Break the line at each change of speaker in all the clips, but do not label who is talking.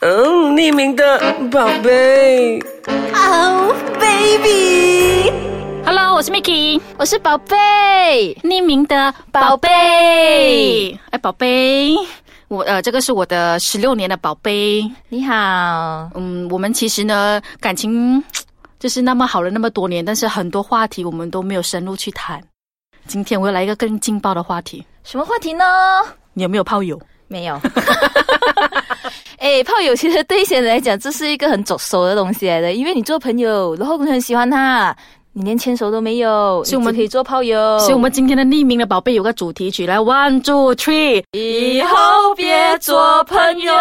嗯，匿名的宝贝。
Oh baby，
Hello，我是 Miki，
我是宝贝。
匿名的宝贝。哎，宝贝，我呃，这个是我的十六年的宝贝。
你好，
嗯，我们其实呢，感情就是那么好了那么多年，但是很多话题我们都没有深入去谈。今天我要来一个更劲爆的话题，
什么话题呢？
你有没有炮友？
没 有。哎，炮友其实对一些人来讲，这是一个很走熟的东西来的，因为你做朋友，然后你很喜欢他，你连牵手都没有，
所以我们
你只可以做炮友。
所以，我们今天的匿名的宝贝有个主题曲，来，one two three，
以后别做朋友，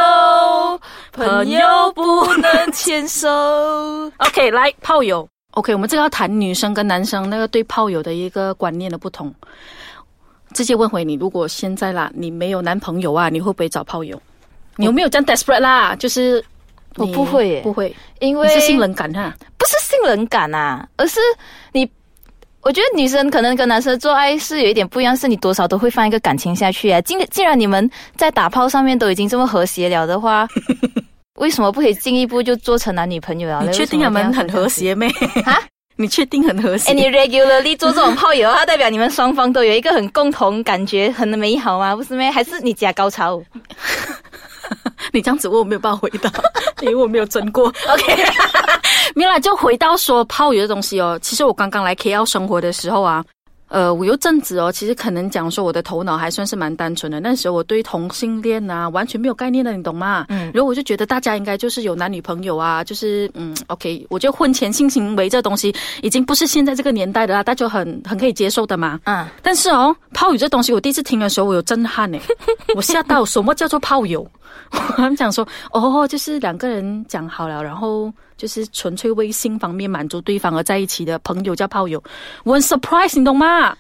朋友不能牵手。
OK，来炮友。OK，我们这个要谈女生跟男生那个对炮友的一个观念的不同。直接问回你，如果现在啦，你没有男朋友啊，你会不会找炮友？你有没有这样 desperate 啦？就是
我
你
不会耶
不会，
因
你
为
是性冷感啊哈。
不是性冷感啊，而是你，我觉得女生可能跟男生做爱是有一点不一样，是你多少都会放一个感情下去啊。既既然你们在打炮上面都已经这么和谐了的话， 为什么不可以进一步就做成男女朋友啊？
你确定
为
你
什么一定要
们很和谐没？
啊？
你确定很和谐？
哎，你 regularly 做这种炮友，它代表你们双方都有一个很共同感觉，很美好吗？不是咩？还是你假高潮？
你这样子问我没有办法回 答，因为我没有争过。OK，没有 啦，就回到说泡友的东西哦。其实我刚刚来 KL 生活的时候啊，呃，我有阵子哦，其实可能讲说我的头脑还算是蛮单纯的。那时候我对同性恋啊完全没有概念的，你懂吗？
嗯
然后我就觉得大家应该就是有男女朋友啊，就是嗯，OK，我觉得婚前性行为这东西已经不是现在这个年代的啦，大家很很可以接受的嘛。
啊，
但是哦，炮友这东西，我第一次听的时候，我有震撼呢，我吓到，什么叫做炮友？我们讲说，哦，就是两个人讲好了，然后就是纯粹为性方面满足对方而在一起的朋友叫炮友，我很 surprise，你懂吗？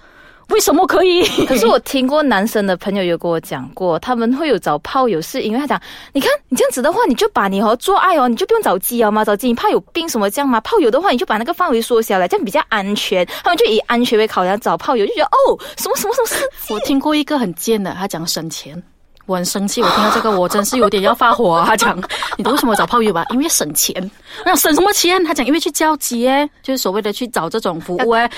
为什么可以？
可是我听过男生的朋友有跟我讲过，他们会有找炮友，是因为他讲，你看你这样子的话，你就把你和做爱哦，你就不用找鸡哦嘛，找鸡你怕有病什么这样嘛。炮友的话，你就把那个范围缩小了，这样比较安全。他们就以安全为考量找炮友，就觉得哦，什么什么什么事情
我听过一个很贱的，他讲省钱。我很生气，我听到这个，我真是有点要发火、啊。他讲，你懂为什么找炮友吧？因为省钱。我想省什么钱？他讲，因为去交集诶，就是所谓的去找这种服务诶，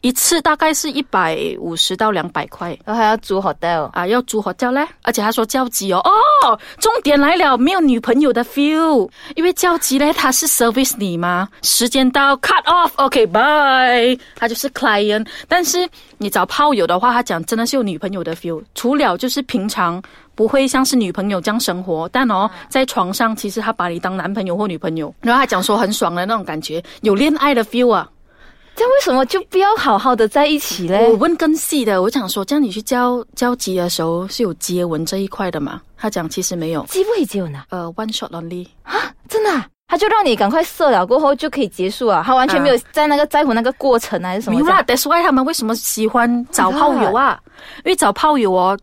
一次大概是一百五十到两百块
然后还要租 hotel。
啊，要租 hotel 嘞。而且他说交集哦，哦，重点来了，没有女朋友的 feel，因为交集嘞，他是 service 你嘛，时间到 cut off，OK，bye，、他就是 client。但是你找炮友的话，他讲真的是有女朋友的 feel，除了就是平常不会像是女朋友这样生活，但哦，在床上其实他把你当男朋友或女朋友，然后他讲说很爽的那种感觉，有恋爱的 feel 啊。
这样为什么就不要好好的在一起嘞？
我问更细的，我想说，这样你去交交集的时候是有接吻这一块的嘛？他讲其实没有，
鸡不可以接吻啊，
呃，one shot only。
真的、啊。他就让你赶快射了，过后就可以结束啊！他完全没有在那个在乎那个过程还是什
没
么
有
这样。
啦，That's why 他们为什么喜欢找炮友啊？因为找炮友哦，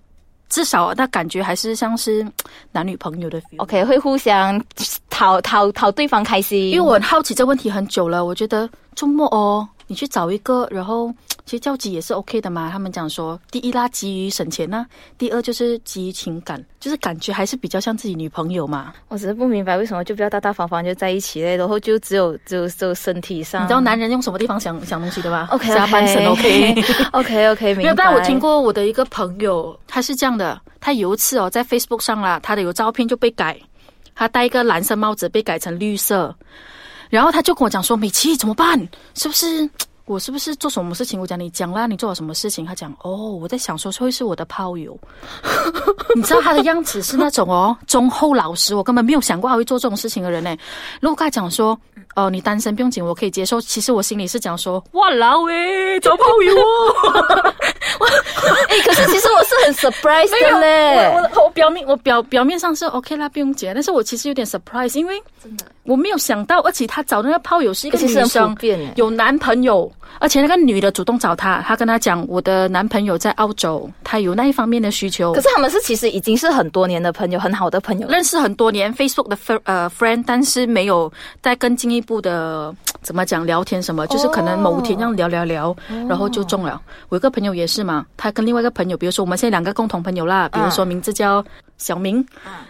至少那感觉还是像是嗯男女朋友的 feel。
OK，会互相讨讨讨对方开心。
因为我很好奇这问题很久了，我觉得周末哦，你去找一个，然后其实交集也是 OK 的嘛。他们讲说，第一啦，基于省钱呐、第二就是基于情感，就是感觉还是比较像自己女朋友嘛。
我只是不明白为什么就不要大大方方就在一起嘞，然后就只有只有只有身体上。
你知道男人用什么地方想想东西对吧
OK
下半身 OK。
OK OK 明
没
白。
有，但我听过我的一个朋友，他是这样的，他有一次哦，在 Facebook 上啦，他的有照片就被改，他戴一个蓝色帽子被改成绿色，然后他就跟我讲说：“美琪怎么办？是不是我是不是做什么事情？”我讲：“你讲啦，你做了什么事情？”他讲：“哦，我在想说会是我的炮友。” 你知道他的样子是那种哦，忠厚老实，我根本没有想过他会做这种事情的人呢。如果跟他讲说，哦、你单身不用紧，我可以接受。其实我心里是讲说，哇老喂，找炮友哦。
哎、可是其实我是很 surprise 的嘞。
我我我表面我表表面上是 OK 啦，不用结，但是我其实有点 surprise，因为真的我没有想到，而且他找的那个炮友是一个
而且
女
是很普
生
遍耶，
有男朋友，而且那个女的主动找他，他跟他讲我的男朋友在澳洲，他有那一方面的需求
可。是他们是其实已经是很多年的朋友，很好的朋友了。
认识很多年 Facebook 的 fr 呃 friend，但是没有再更进一步的怎么讲聊天什么，就是可能某天这样聊聊聊，然后就中了。我有一个朋友也事嘛，他跟另外一个朋友，比如说我们现在两个共同朋友啦，比如说名字叫小明，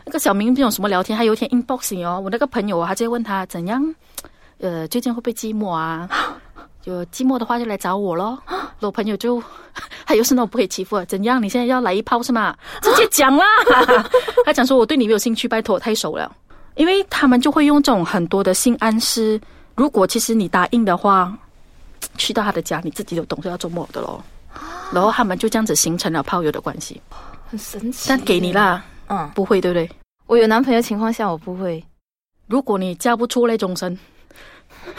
那个小明不懂什么聊天，他有一天 inboxing 哦，我那个朋友啊，他就问他怎样，呃，最近会不会寂寞啊？有寂寞的话就来找我咯。我朋友就， 他又是那种不可以欺负啊，怎样？你现在要来一炮是吗？直接讲啦！ 他讲说我对你没有兴趣，拜托，太熟了。因为他们就会用这种很多的性暗示。如果其实你答应的话，去到他的家，你自己就懂是要做木偶的咯。
啊
然后他们就这样子形成了炮友的关系。
很神奇。
但给你，啦，
嗯，
不会对不对？
我有男朋友情况下我不会，
如果你嫁不出那终身，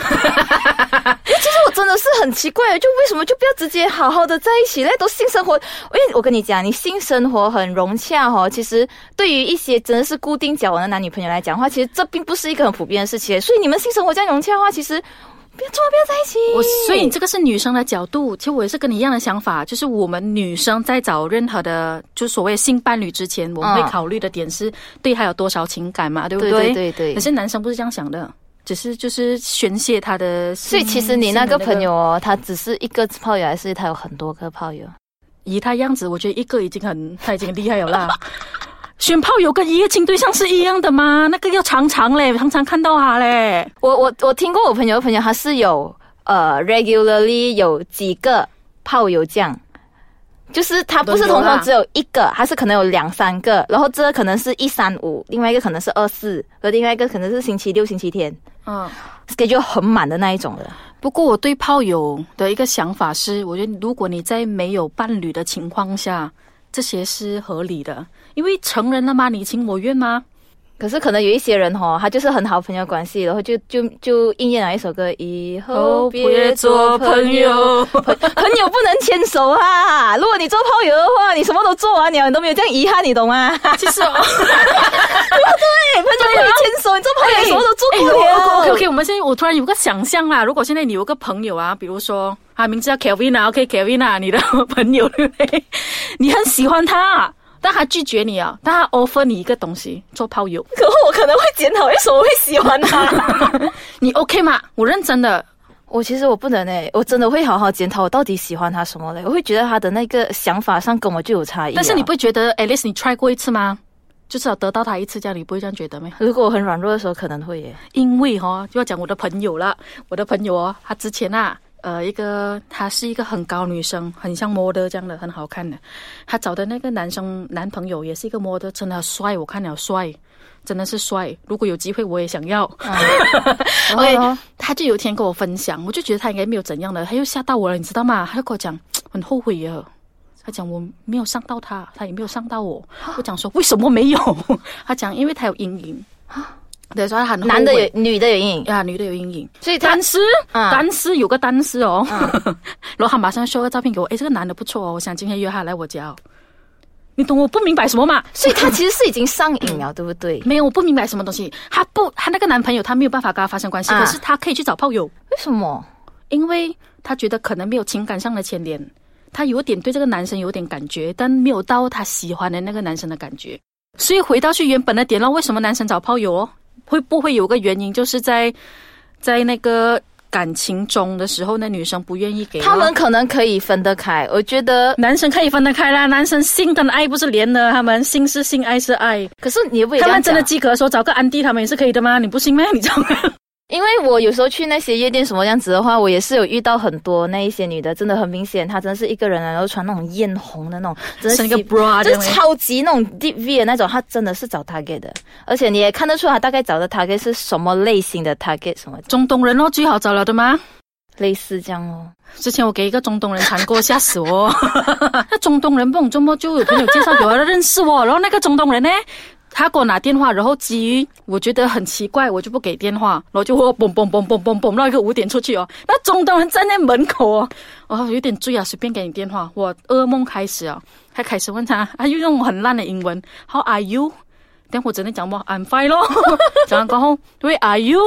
我哦真的是很奇怪，就为什么就不要直接好好的在一起嘞？都性生活，因为我跟你讲，你性生活很融洽哦。其实对于一些真的是固定交往的男女朋友来讲的话，其实这并不是一个很普遍的事情。所以你们性生活这样融洽的话，其实不要做，不要在一起。
我所以这个是女生的角度，其实我也是跟你一样的想法，就是我们女生在找任何的，就所谓性伴侣之前，我们会
嗯
考虑的点是对他有多少情感嘛，对不
对对对对
可是男生不是这样想的，只是就是宣泄他的性。
所以其实你那个
性的
朋友哦，他只是一个炮友，还是他有很多个炮友？
以他样子，我觉得一个已经很，他已经很厉害了啦。 选炮友跟一夜情对象是一样的吗？那个要常常嘞，常常看到他嘞。
我我我听过我朋友的朋友，他是有呃 regularly 有几个炮友这样，就是他不是
轮流
统
啦
统只有一个，他是可能有两三个，然后这个可能是一三五，另外一个可能是二四，和另外一个可能是星期六、星期天
嗯，
，schedule 很满的那一种的。
不过我对炮友的一个想法是，我觉得如果你在没有伴侣的情况下，这些是合理的，因为成人了嘛，你情我愿吗？
可是可能有一些人哦，他就是很好朋友关系，然后就就就应验了一首歌：以
哦
后哦别做朋友。朋 朋友不能牵手啊！如果你做炮友的话，你什么都做完了，你都没有这样遗憾，你懂吗？
其实哦，
哎，朋友跟你牵手，你做朋友什么都做过
哎
了。
OK OK，我们现在我突然有个想象啦，如果现在你有个朋友啊，比如说啊，名字叫 Kevin 啊，OK，Kevin、啊，你的朋友对不对？ 你很喜欢他，啊但他拒绝你啊，但他 offer 你一个东西做炮友，
可后我可能会检讨为哎什么会喜欢他。
你 OK 吗？我认真的，
我其实我不能诶、我真的会好好检讨我到底喜欢他什么嘞。我会觉得他的那个想法上跟我就有差异啊、
但是你不会觉得 at least 你 try 过一次吗？就至少得到他一次，这样你不会这样觉得吗？
如果我很软弱的时候，可能会耶、
因为哈、就要讲我的朋友了。我的朋友哦，她之前啊，呃，一个她是一个很高女生，很像 model 这样的，很好看的。她找的那个男生男朋友也是一个 model，真的很帅，我看了帅，真的是帅。如果有机会，我也想要。
然后
OK，
呢
他就有一天跟我分享，我就觉得他应该没有怎样的，他又吓到我了，你知道吗？他就跟我讲很后悔呀，他讲我没有上到他，他也没有上到我。我讲说为什么没有？ 他讲因为他有阴影。对，所以他很后悔
男的有，女的有阴影，
啊，女的有阴影。
所以他
单丝，
嗯
单丝有个单丝哦， 然后他马上 show 个照片给我，诶，这个男的不错哦，我想今天约他来我家哦。你懂我不明白什么嘛？
所以他其实是已经上瘾 了，对不对？
没有，我不明白什么东西。他不，他那个男朋友他没有办法跟他发生关系，
啊
可是他可以去找炮友，
为什么？
因为他觉得可能没有情感上的牵连，他有点对这个男生有点感觉，但没有到他喜欢的那个男生的感觉。所以回到去原本的点了，为什么男生找炮友哦？会不会有个原因，就是在在那个感情中的时候，那女生不愿意给咯啊
他们可能可以分得开，我觉得。
男生可以分得开啦，男生性跟爱不是连的，他们性是性，爱是爱。
可是你也不会
他
这
们
样
真
讲
的及格说找个安迪，他们也是可以的吗？你不信吗？你知道吗？
因为我有时候去那些夜店什么样子的话，我也是有遇到很多那一些女的，真的很明显，她真的是一个人啊，然后穿那种艳红的那种，真
生
的
一个
洗
bra 这
就
样
是
欸
超级那种 deep V 的那种，她真的是找 target 的，而且你也看得出她大概找的 target 是什么类型的 target，什么
中东人哦，最好找了的吗？
类似这样哦。
之前我给一个中东人缠过，吓死我！那中东人不懂周末就有朋友介绍给我认识我，然后那个中东人呢，他给我拿电话，然后基于我觉得很奇怪，我就不给电话，然后就嘣嘣嘣嘣嘣嘣到一个五点出去哦，那中东人站在门口哦，哦有点醉啊，随便给你电话，我噩梦开始啊，他开始问他，他又用很烂的英文，How are you？但我只能讲我 I'm fine 咯，讲完过后，Where are you？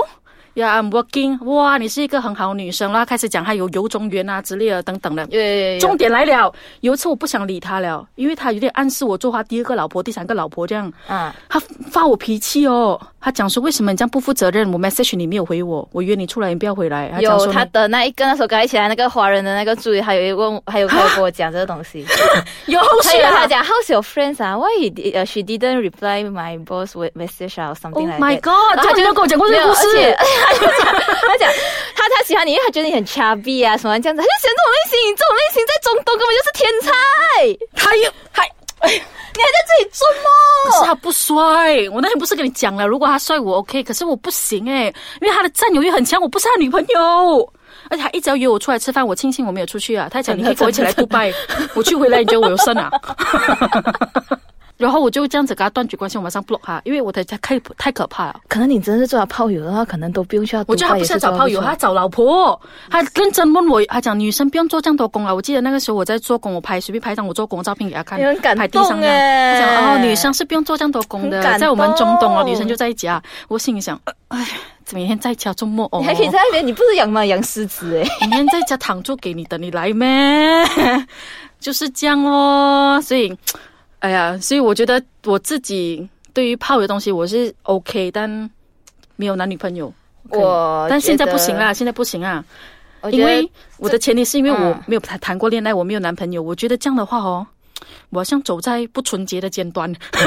，Yeah，I'm working。哇，你是一个很好女生啦，开始讲她有有中原啊之类的等等的。
对，
重点来了，有一次我不想理他了，因为他有点暗示我做他第二个老婆、第三个老婆这样。
啊，
他发我脾气哦，他讲说为什么你这样不负责任？我 message 你没有回我，我约你出来你不要回来。他讲
有
说
他的那一个那时候刚一起来那个华人的那个助理，还有一问，还有跟我跟我讲这个东 西，
有后
还
续
有
啊
他讲 How's your friends 啊？Why you did- 呃 she didn't reply my boss with message 啊 or something
，Oh
like
my
that？
god！
然后
他
就
就跟我讲过这个故
没有
事
而且，而且他讲，他讲他他喜欢你，因为他觉得你很 chubby 啊什么这样子，他就喜欢这种类型，这种类型在中东根本就是天才，
他又还。哎呀
你还在这里做
可是
梦？
他不帅，我那天不是跟你讲了，如果他帅我 OK，可是我不行哎、因为他的占有欲很强，我不是他女朋友，而且他一直要约我出来吃饭，我庆幸我没有出去啊。他讲你可以跟我一起来杜拜，我去回来你觉得我有剩啊？然后我就这样子跟他断绝关系，我马上 block 他，因为我的他太太可怕了。
可能你真的是做他炮友的话，可能都不用去到
我觉得他不是要找炮友，他找老婆。他认真问我，他啊讲女生不用做这样多工啊。我记得那个时候我在做工，我拍随便拍一张我做工的照片给他看，
哎你很感
拍地
动
上这样。他讲
哎
哦，女生是不用做这样多工
很感
的，
动
在我们中东哦，女生就在家。我心里想，呃哎，每天在家做 梦哦
你，还可以在那边，你不是养吗？养狮子哎、
每天在家躺住给你，等你来咩？ 就是这样哦。所以，哎呀，所以我觉得我自己对于炮友的东西我是 OK，但没有男女朋友。可以
我
哦但现在不行
啊。
啦，现在不行啊。
我觉
因
得
为我的前提是因为我
嗯
没有谈谈过恋爱，我没有男朋友，我觉得这样的话哦，我好像走在不纯洁的尖端。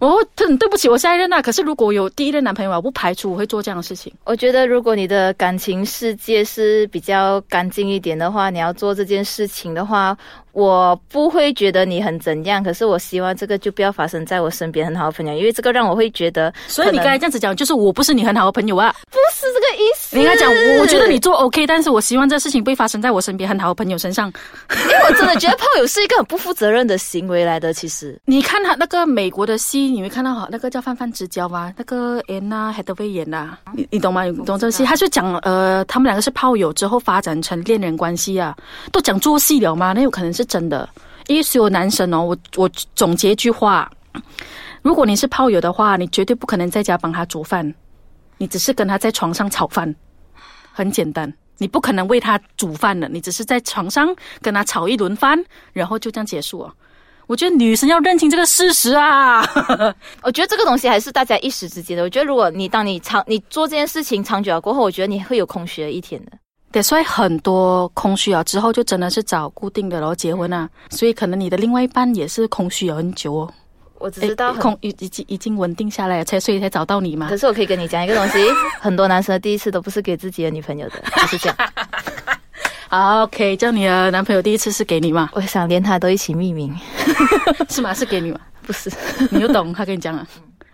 我很对不起我下一任啊，可是如果有第一任男朋友啊，我不排除我会做这样的事情。
我觉得如果你的感情世界是比较干净一点的话，你要做这件事情的话，我不会觉得你很怎样。可是我希望这个就不要发生在我身边很好的朋友，因为这个让我会觉得
所以你
可能
刚才这样子讲，就是我不是你很好的朋友啊。
不是这个意思。
你应该讲，我我觉得你做 OK，但是我希望这事情不会发生在我身边很好的朋友身上。
因为我真的觉得炮友是一个很不负责任的行为来的。其实
你看他那个美国的戏，你会看到哈，那个叫范范之交啊，那个 Anna Hathaway 演的啊、你你懂吗？你懂这个戏？他就讲呃，他们两个是炮友之后发展成恋人关系啊，都讲做戏了嘛，那有可能是真的。因为所有男生哦，我我总结一句话：如果你是炮友的话，你绝对不可能在家帮他煮饭，你只是跟他在床上炒饭，很简单。你不可能为他煮饭的，你只是在床上跟他炒一轮饭，然后就这样结束哦。我觉得女生要认清这个事实啊！
我觉得这个东西还是大家一时之间的。我觉得如果你当你长你做这件事情长久了过后，我觉得你会有空虚的一天的。
对，所以很多空虚啊，之后就真的是找固定的，然后结婚啊，所以可能你的另外一半也是空虚了很久哦，
我只
诶
知道很
空已已经已经稳定下来了，才所以才找到你嘛
可。是我可以跟你讲一个东西，很多男生的第一次都不是给自己的女朋友的，就是这样。
啊，OK，这样你的男朋友第一次是给你嘛？
我想连他都一起匿名，
是吗？是给你嘛？
不 是，
你又懂，他跟你讲 了，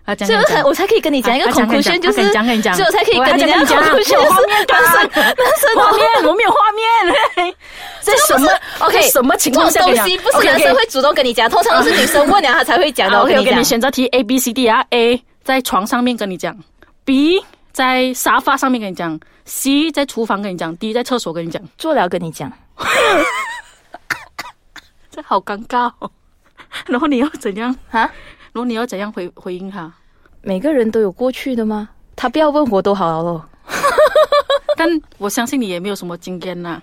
他讲
所以
跟
我
你
才
讲。
我才可以跟你讲一个
啊啊
恐
讲
怖
跟你
圈，
讲
就是
啊讲跟你讲
所以我才可以
我还
跟你
讲
讲
跟你讲
恐怖圈，
我有
就
画
是
面
男生男生
画
的
面，我没有画面。 嘿这什么
OK
这什么情
这
况
种
下跟
东
你讲
西不是啊
OK，OK
男生会主动跟你讲，通常都是女生问了他才会讲的。
好
我
，OK，
跟
啊我给
讲
你，选择题 A B C D 啊，A 在床上面跟你讲，B 在沙发上面跟你讲，C 在厨房跟你讲，D 在厕所跟你讲，
做了跟你讲，
这好尴尬哦。 然后你要怎样？
啊？
然后你要怎样回回应他？
每个人都有过去的吗？他不要问我都好了咯。
但我相信你也没有什么经验呐、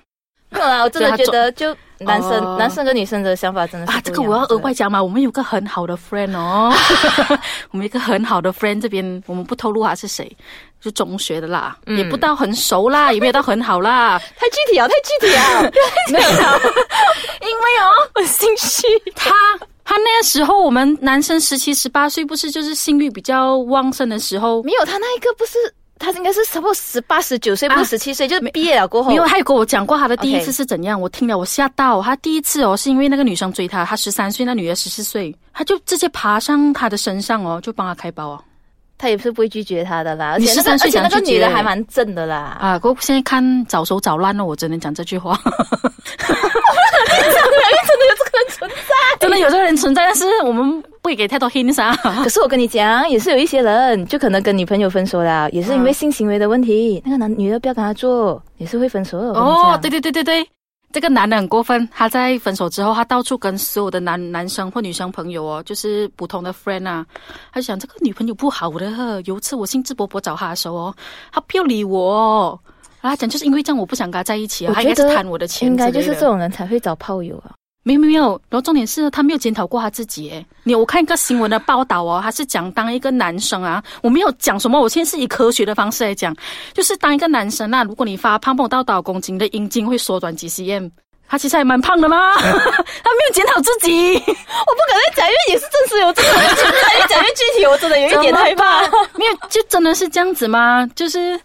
没有啊，我真的
对他
觉
总
得就男
哦
生男生跟女生的想法真的
啊。
是
这
不
个
一样
我要
真
额
的
外讲嘛，我们有个很好的 friend 哦，我们有一个很好的 friend 这边我们不透露他是谁，就中学的啦，也不到很熟啦，也没有到很好啦。
太具体了，太具体 了，没有啦，因为哦， 我心虚。
他他那时候我们男生十七十八岁，不是就是性欲比较旺盛的时候？
没有，他那一个不是，他应该是差不多十八、十九岁，
啊
不十七岁，就是毕业了过后。
没有，啊他有跟我讲过他的第一次
OK
是怎样我听了我吓到。他第一次哦，是因为那个女生追他，他十三岁，那女的十四岁，他就直接爬上他的身上哦，就帮他开包哦。
他也是不会拒绝他的啦。而
你
且那个
13岁
而且那个
想拒绝
女的还蛮正的啦。
啊，我现在看早熟早烂了，哦我只能讲这句话。
真的有这个人存在。
真的有这个人存在，但是我们不会给太多 hints 啊。
可是我跟你讲，也是有一些人就可能跟女朋友分手啦，也是因为性行为的问题。那个男女的不要跟他做，也是会分手的。我跟你
哦
讲，
对对对对对，这个男的很过分，他在分手之后，他到处跟所有的男男生或女生朋友哦，就是普通的 friend 啊，他就想这个女朋友不好的。有一次我兴致勃勃找他的时候哦，他不要理我、哦，然后他讲就是因为这样我不想跟他在一起啊，他应该是贪我的钱
应该
之
就
类
是
的
这种人才会找炮友啊。
没有没有没有，然后重点是他没有检讨过他自己。诶你我看一个新闻的报道哦，他是讲当一个男生啊，我没有讲什么，我现在是以科学的方式来讲，就是当一个男生啊，如果你发胖胖到多少公斤，你的阴茎会缩短几 cm。他其实还蛮胖的嘛，他 没有检讨自己，
我不敢再讲，因为也是真实有这种人 存在，越讲越具体，我真的有一点害怕。
没有就真的是这样子吗？就是，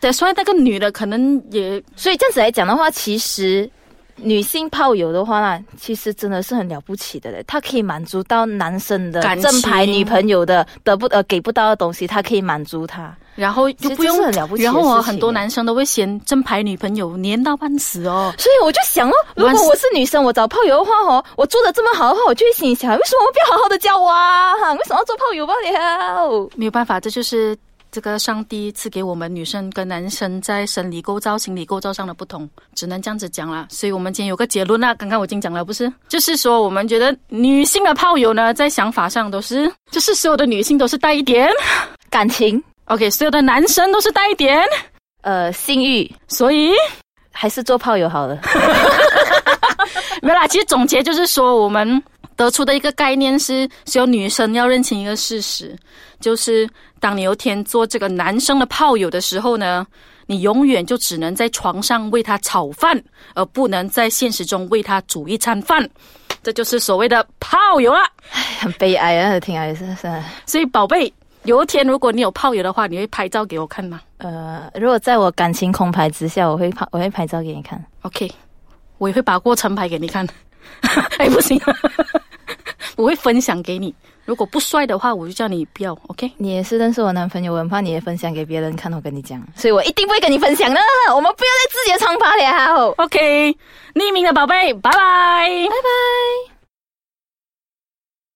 对，所以那个女的可能也
所以这样子来讲的话，其实女性炮友的话呢，其实真的是很了不起的嘞，她可以满足到男生的
感情
正牌女朋友的得不呃给不到的东西，她可以满足他。
然后就
其实
不
这
用
是很了不起的
然后
事
哦，
情
很多
耶
男生都会嫌正牌女朋友黏到半死哦。
所以我就想哦，如果我是女生，我找炮友的话哦，我做的这么好的话，我就会心里想，为什么不要好好的教我啊？哈为什么要做炮友不了？
没有办法，这就是这个上帝赐给我们女生跟男生在生理构造、心理构造上的不同，只能这样子讲啦。所以我们今天有个结论啦，刚刚我已经讲了，不是？ 就是说，我们觉得女性的炮友呢，在想法上都是，就是所有的女性都是带一点
感情、
，OK，所有的男生都是带一点，
呃，性欲，
所以
还是做炮友好了。
没有啦。其实总结就是说，我们得出的一个概念是，所有女生要认清一个事实，就是当你有天做这个男生的炮友的时候呢，你永远就只能在床上为他炒饭，而不能在现实中为他煮一餐饭。这就是所谓的炮友啦。
很悲哀啊，听来是是。
所以，宝贝，有一天如果你有炮友的话，你会拍照给我看吗
呃，如果在我感情空白之下，我会拍，我会拍照给你看。
？OK，我也会把过程拍给你看。 哎，不行， 我会分享给你。如果不帅的话，我就叫你不要。OK。
你也是认识我男朋友，我很怕你也分享给别人看。我跟你讲，所以我一定不会跟你分享的。我们不要再自己的长发了，
OK，匿名的宝贝，拜拜，拜拜。